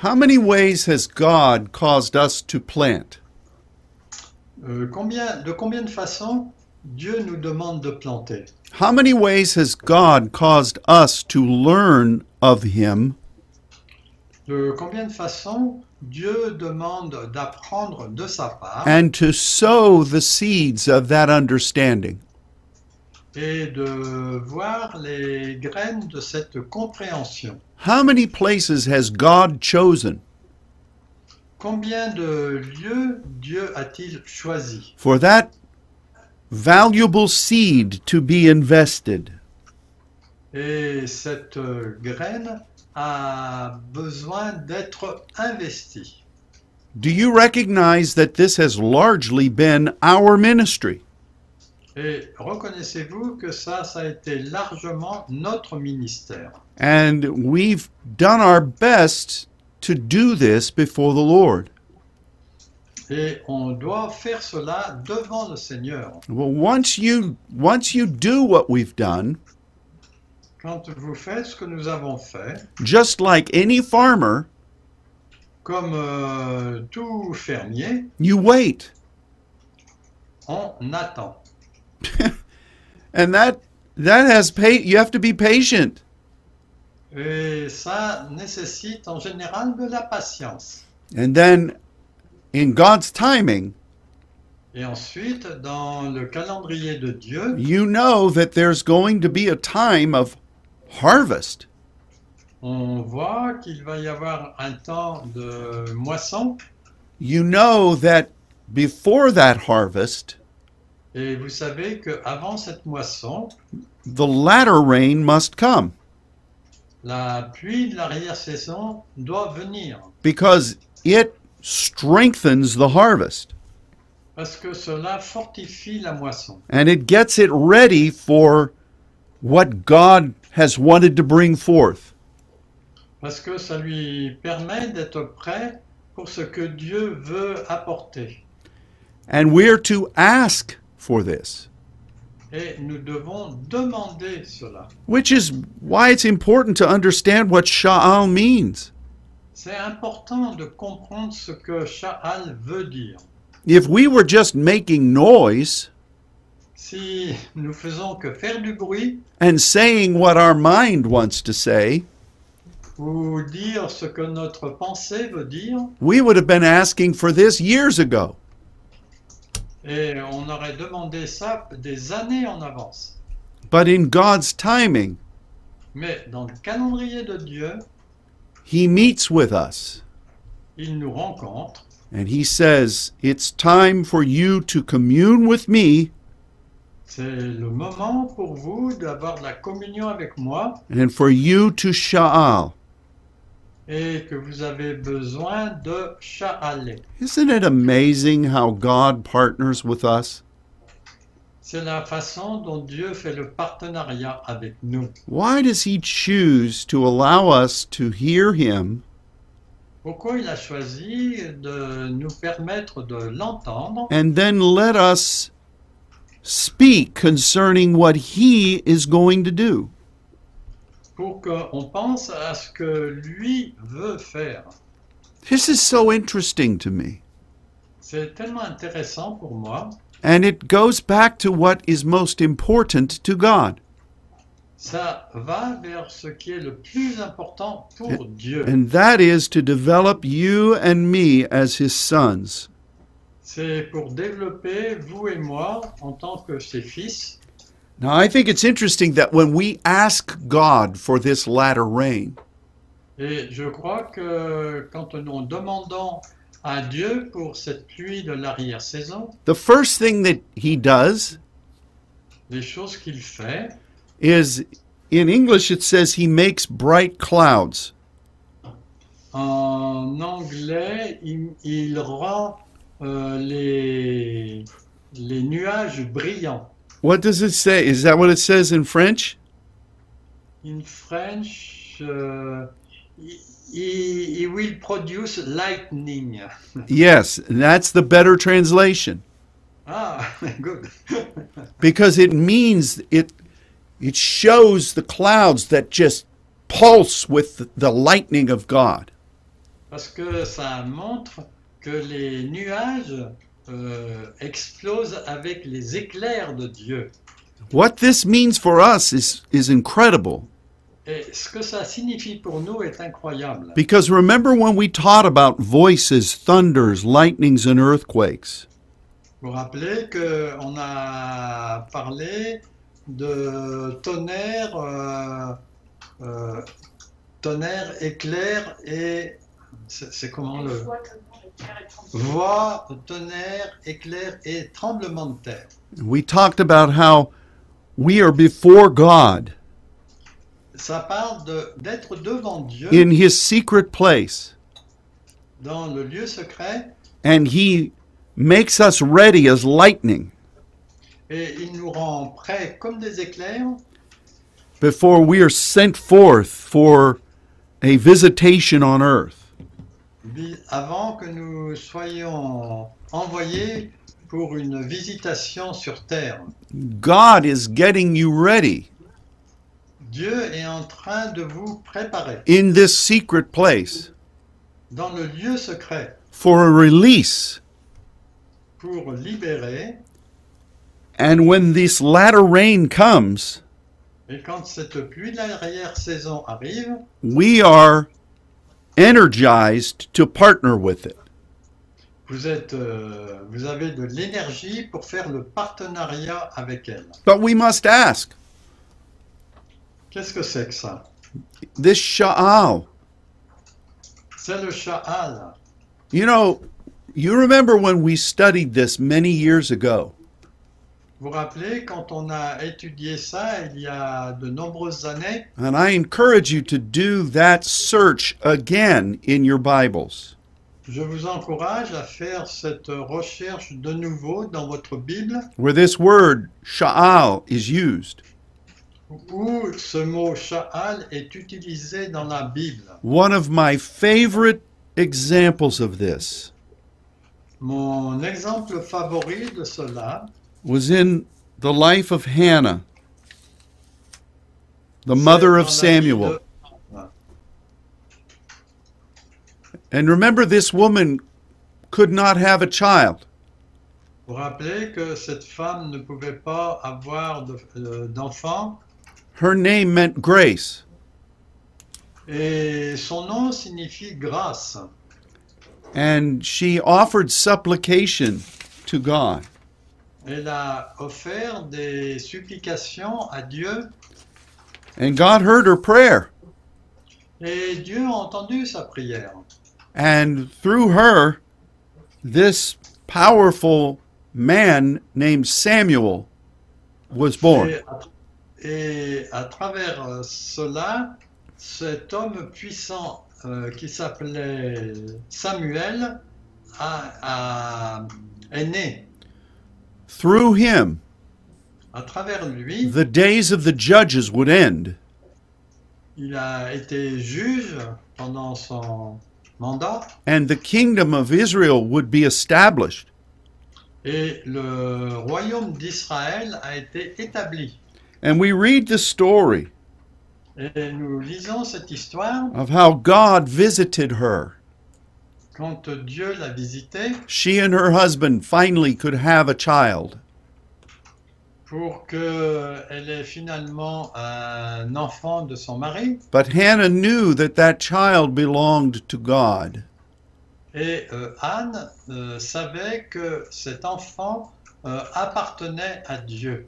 A: How many ways has God caused us to plant?
B: Euh, combien, de combien de façons Dieu nous demande de planter
A: How many ways has God caused us to learn of Him?
B: De combien de façons Dieu demande d'apprendre de sa part
A: and to sow the seeds of that understanding.
B: et de voir les graines de cette compréhension
A: How many places has God chosen
B: Combien de lieux Dieu a-t-il choisi
A: for that valuable seed to be invested?
B: Et cette euh, graine a besoin d'être investie.
A: Do you recognize that this has largely been our ministry?
B: Et reconnaissez-vous que ça, ça a été largement notre ministère.
A: And we've done our best to do this before the Lord.
B: Et on doit faire cela devant le Seigneur.
A: Well, once you once you do what we've done,
B: Quand vous faites ce que nous avons fait,
A: just like any farmer,
B: comme euh, tout fermier,
A: you wait.
B: on attend.
A: And that that has pa- you have to be patient.
B: Et ça nécessite en général de la patience.
A: And then in God's timing,
B: Et ensuite, dans le calendrier de Dieu,
A: you know that there's going to be a time of harvest.
B: On voit qu'il va y avoir un temps de moisson.
A: You know that before that harvest,
B: Et vous savez qu'avant cette moisson,
A: the latter rain must come
B: la pluie de l'arrière-saison doit venir
A: because it strengthens the harvest
B: parce que cela fortifie la moisson
A: and it gets it ready for what God has wanted to bring forth.
B: parce que ça lui permet d'être prêt pour ce que Dieu veut apporter.
A: And we're to ask for this,
B: Et nous devons demander cela.
A: which is why it's important to understand what Sha'al means.
B: C'est important de comprendre ce que Sha'al veut dire.
A: If we were just making noise
B: Si nous faisons que faire du bruit
A: and saying what our mind wants to say,
B: ou dire ce que notre pensée veut dire,
A: we would have been asking for this years ago.
B: et on aurait demandé ça des années en avance.
A: But in God's timing,
B: Mais dans le calendrier de Dieu,
A: He meets with us
B: il nous rencontre
A: and He says, It's time for you to commune with me
B: C'est le moment pour vous d'avoir de la communion avec moi
A: and for you to Sha'al.
B: et que vous avez besoin de Sha'alé.
A: Isn't it amazing how God partners with us?
B: C'est la façon dont Dieu fait le partenariat avec nous.
A: Why does He choose to allow us to hear Him
B: Pourquoi il a choisi de nous permettre de l'entendre
A: and then let us speak concerning what He is going to do?
B: pour qu'on pense à ce que lui veut faire
A: This is so interesting to me.
B: C'est tellement intéressant pour moi.
A: And it goes back to what is most important to God.
B: Ça va vers ce qui est le plus important pour Dieu.
A: And that is to develop you and me as His sons.
B: C'est pour développer vous et moi en tant que ses fils.
A: Now, I think it's interesting that when we ask God for this latter rain,
B: Et je crois que quand nous demandons à Dieu pour cette pluie de l'arrière-saison,
A: the first thing that He does
B: les choses qu'il fait,
A: is in English it says he makes bright clouds.
B: en anglais, il, il rend euh, les, les nuages brillants.
A: What does it say? Is that what it says in French?
B: In French, euh, he, he will produce lightning.
A: Yes, and that's the better translation
B: Ah, good.
A: because it means it it shows the clouds that just pulse with the lightning of God.
B: Parce que ça montre que les nuages euh, explosent avec les éclairs de Dieu.
A: What this means for us is is incredible
B: Et ce que ça signifie pour nous est incroyable.
A: because remember when we taught about voices, thunders, lightnings and earthquakes.
B: Vous vous rappelez qu'on a parlé de tonnerre, euh, euh, tonnerre, éclair et... C'est c'est comment le... Voix, tonnerre, éclair et tremblement de terre.
A: We talked about how we are before God
B: Ça parle de- d'être devant Dieu
A: in his secret place
B: dans le lieu secret
A: and he makes us ready as lightning
B: et il nous rend prêts comme des éclairs
A: before we are sent forth for a visitation on earth.
B: vi- avant que nous soyons envoyés pour une visitation sur terre.
A: God is getting you ready
B: Dieu est en train de vous préparer
A: in this secret place
B: dans le lieu secret
A: for a release.
B: pour libérer
A: And when this latter rain comes,
B: et quand cette pluie de l'arrière-saison arrive,
A: we are energized to partner with it.
B: vous, êtes, euh, vous avez de l'énergie pour faire le partenariat avec elle.
A: But we must ask
B: Qu'est-ce que c'est que ça
A: this Sha'al,
B: C'est le Sha'al.
A: you know, you remember when we studied this many years ago.
B: Vous vous rappelez, quand on a étudié ça il y a de nombreuses années,
A: And I encourage you to do that search again in your Bibles.
B: je vous encourage à faire cette recherche de nouveau dans votre Bible
A: where this word sha'al is used.
B: où ce mot Sha'al est utilisé dans la Bible.
A: One of my favorite examples of this
B: Mon exemple favori de cela,
A: was in the life of Hannah, the
B: c'est
A: mother
B: dans
A: of
B: la vie
A: Samuel.
B: de-
A: And remember, this woman could not have a child.
B: Vous vous rappelez que cette femme ne pouvait pas avoir de- euh, d'enfant
A: Her name meant grace.
B: et son nom signifie grâce.
A: And she offered supplication to God.
B: Elle a offert des supplications à Dieu
A: And God heard her prayer.
B: et Dieu a entendu sa prière.
A: And through her, this powerful man named Samuel was born.
B: Et à, et à travers euh, cela, cet homme puissant euh, qui s'appelait Samuel a- a- est né.
A: Through him,
B: À travers lui,
A: the days of the judges would end,
B: il a été juge pendant son mandat
A: and the kingdom of Israel would be established.
B: et le royaume d'Israël a été établi.
A: And we read the story
B: Et nous lisons cette histoire
A: of how God visited her.
B: quand Dieu l'a visité
A: She and her husband finally could have a child.
B: pour qu'elle ait finalement un enfant de son mari.
A: But Hannah knew that that child belonged to God.
B: Et euh, Anne euh, savait que cet enfant euh, appartenait à Dieu.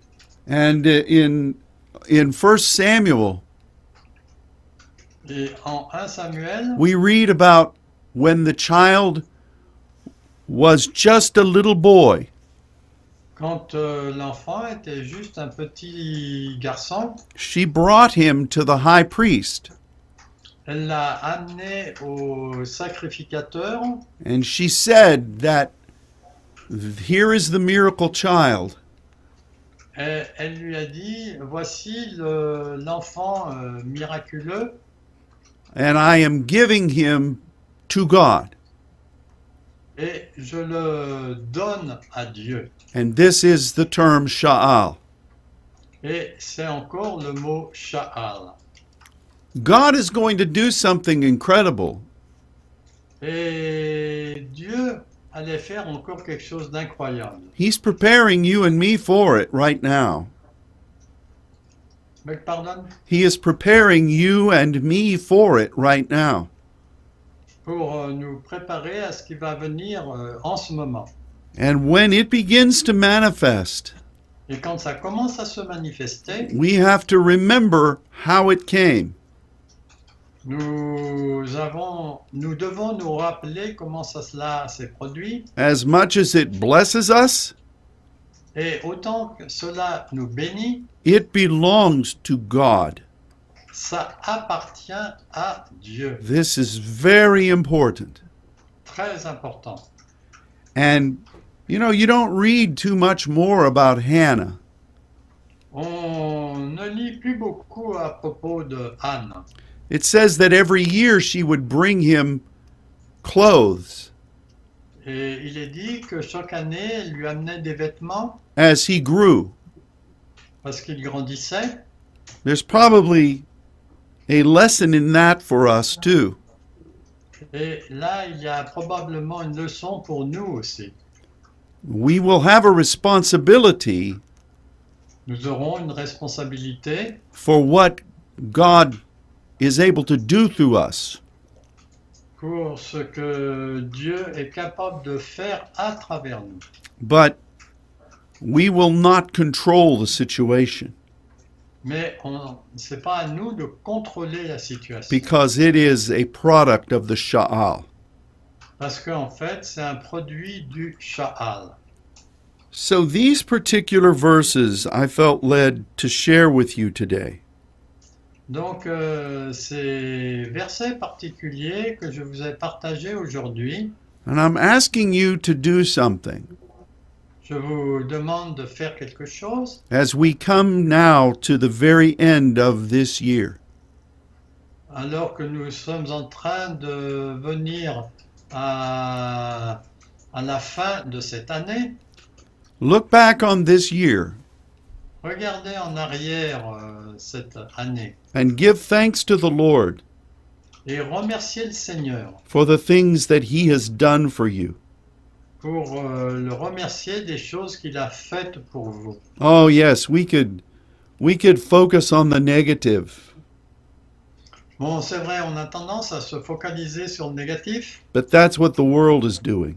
A: And uh, in in 1 Samuel,
B: Et en 1 Samuel,
A: we read about when the child was just a little boy,
B: quand euh, l'enfant était juste un petit garçon,
A: she brought him to the high priest,
B: elle l'a amené au sacrificateur
A: and she said that here is the miracle child.
B: et elle lui a dit, voici le- l'enfant euh, miraculeux
A: And I am giving him to God.
B: et je le donne à Dieu.
A: And this is the term Sha'al.
B: Et c'est encore le mot Sha'al.
A: God is going to do something incredible.
B: Et Dieu allait faire encore quelque chose d'incroyable.
A: He's preparing you and me for it right now.
B: Mais pardonne
A: He is preparing you and me for it right now.
B: pour euh, nous préparer à ce qui va venir euh, en ce moment.
A: And when it begins to manifest,
B: Et quand ça commence à se manifester,
A: we have to remember how it came.
B: nous avons, nous devons nous rappeler comment ça cela s'est produit.
A: As much as it blesses us,
B: Et autant que cela nous bénit,
A: it belongs to God.
B: ça appartient à Dieu.
A: This is very important.
B: Très important.
A: And, you know, you don't read too much more about Hannah,
B: On ne lit plus beaucoup à propos de Anne.
A: it says that every year she would bring him clothes
B: Et il est dit que chaque année, elle lui amenait des vêtements
A: as he grew.
B: parce qu'il grandissait.
A: There's probably a lesson in that for us, too.
B: Et là, il y a probablement une leçon pour nous aussi.
A: We will have a responsibility
B: Nous aurons une responsabilité
A: for what God is able to do through us.
B: pour ce que Dieu est capable de faire à travers nous.
A: But we will not control the situation
B: Mais on- ce n'est pas à nous de contrôler la situation.
A: because it is a product of the Sha'al.
B: Parce qu'en fait, c'est un produit du Sha'al.
A: So, these particular verses I felt led to share with you today.
B: Donc, euh, ces versets particuliers que je vous ai partagés aujourd'hui,
A: And I'm asking you to do something
B: je vous demande de faire quelque chose
A: as we come now to the very end of this year.
B: alors que nous sommes en train de venir à, à la fin de cette année.
A: Look back on this year
B: Regardez en arrière euh, cette année
A: and give thanks to the Lord
B: et remerciez le Seigneur
A: for the things that He has done for you.
B: pour euh, le remercier des choses qu'il a faites pour vous.
A: Oh, yes, we could. We could focus on the negative,
B: Bon, c'est vrai, on a tendance à se focaliser sur le négatif.
A: but that's what the world is doing.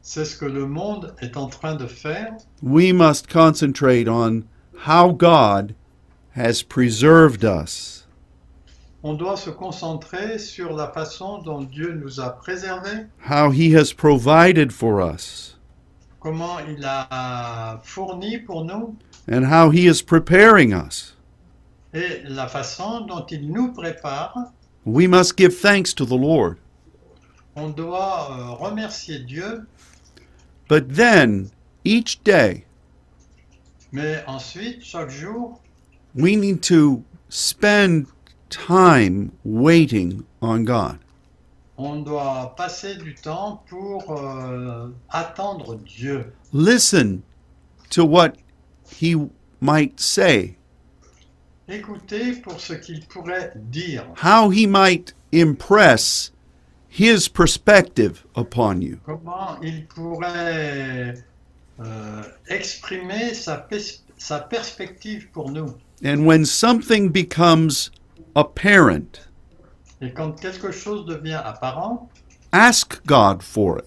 B: C'est ce que le monde est en train de faire.
A: we must concentrate on how God has preserved us.
B: On doit se concentrer sur la façon dont Dieu nous a préservés,
A: How he has provided for us
B: comment il a fourni pour nous
A: and how he is preparing us.
B: et la façon dont il nous prépare.
A: We must give thanks to the Lord.
B: On doit euh, remercier Dieu,
A: But then, each day,
B: mais ensuite, chaque jour,
A: we need to spend time waiting on God.
B: on doit passer du temps pour euh, attendre Dieu.
A: Listen to what he might say,
B: Écouter pour ce qu'il pourrait dire.
A: how he might impress his perspective upon you.
B: comment il pourrait euh, exprimer sa, pers- sa perspective pour nous.
A: And when something becomes apparent,
B: Et quand quelque chose devient apparent,
A: ask God for it,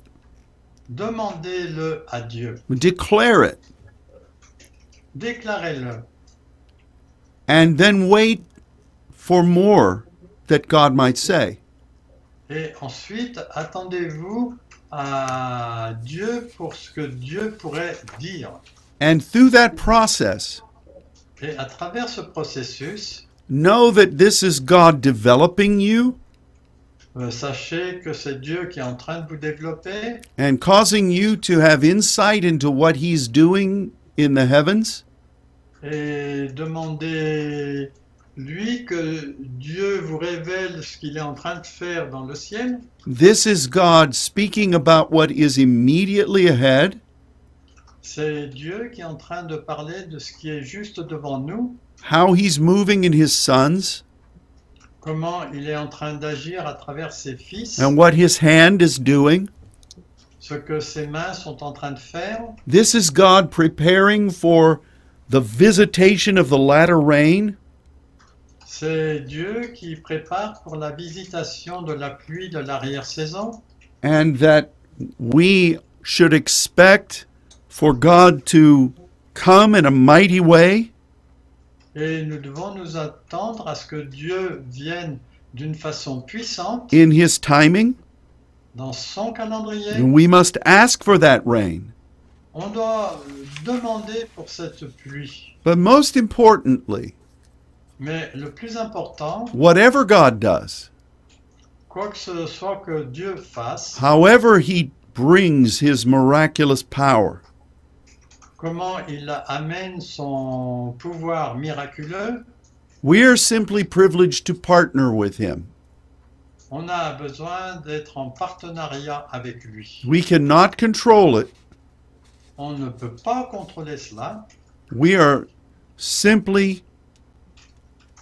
B: demandez-le à Dieu,
A: declare it,
B: déclarez-le,
A: and then wait for more that God might say.
B: et ensuite attendez-vous à Dieu pour ce que Dieu pourrait dire.
A: And through that process,
B: Et à travers ce processus,
A: know that this is God developing you
B: euh, sachez que c'est Dieu qui est en train de vous développer,
A: and causing you to have insight into what He's doing in the heavens,
B: et demandez lui que Dieu vous révèle ce qu'il est en train de faire dans le ciel.
A: this is God speaking about what is immediately ahead
B: C'est Dieu qui est en train de parler de ce qui est juste devant nous,
A: how he's moving in his sons
B: comment il est en train d'agir à travers ses fils,
A: and what his hand is doing
B: ce que ses mains sont en train de faire.
A: This is God preparing for the visitation of the latter rain,
B: C'est Dieu qui prépare pour la visitation de la pluie de l'arrière-saison
A: and that we should expect for God to come in a mighty way
B: et nous devons nous attendre à ce que Dieu vienne d'une façon puissante
A: in his timing.
B: dans son calendrier.
A: And we must ask for that rain.
B: On doit euh, demander pour cette pluie.
A: But most importantly,
B: Mais le plus important,
A: whatever God does,
B: quoi que ce soit que Dieu fasse,
A: Ah. however he brings his miraculous power,
B: comment il amène son pouvoir miraculeux,
A: we are simply privileged to partner with him.
B: on a besoin d'être en partenariat avec lui.
A: We cannot control it.
B: On ne peut pas contrôler cela.
A: We are simply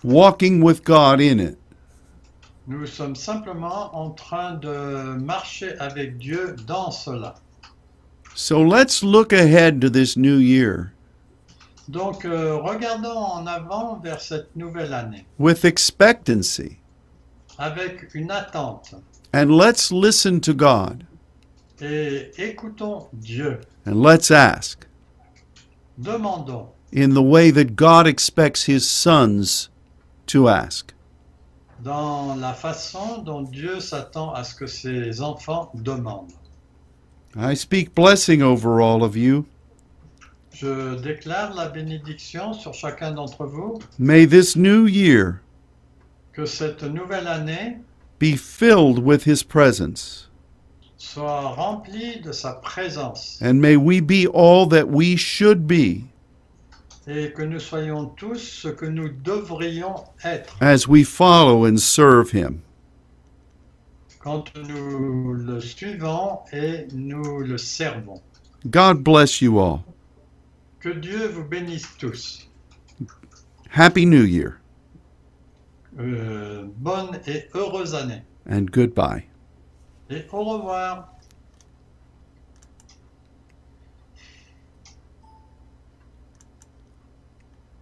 A: walking with God in it.
B: Nous sommes simplement en train de marcher avec Dieu dans cela.
A: So let's look ahead to this new year
B: Donc euh, regardons en avant vers cette nouvelle année
A: with expectancy
B: avec une attente
A: and let's listen to God
B: et écoutons Dieu.
A: and let's ask
B: Demandons
A: in the way that God expects his sons to ask.
B: dans la façon dont Dieu s'attend à ce que ses enfants demandent.
A: I speak blessing over all of you.
B: Je déclare la bénédiction sur chacun d'entre vous,
A: May this new year
B: que cette nouvelle année
A: be filled with His presence,
B: soit remplie de sa présence
A: and may we be all that we should be
B: et que nous soyons tous ce que nous devrions être
A: as we follow and serve Him.
B: quand nous le suivons et nous le servons.
A: God bless you all.
B: Que Dieu vous bénisse tous.
A: Happy New Year
B: Euh, bonne et heureuse année.
A: and goodbye.
B: Et au revoir.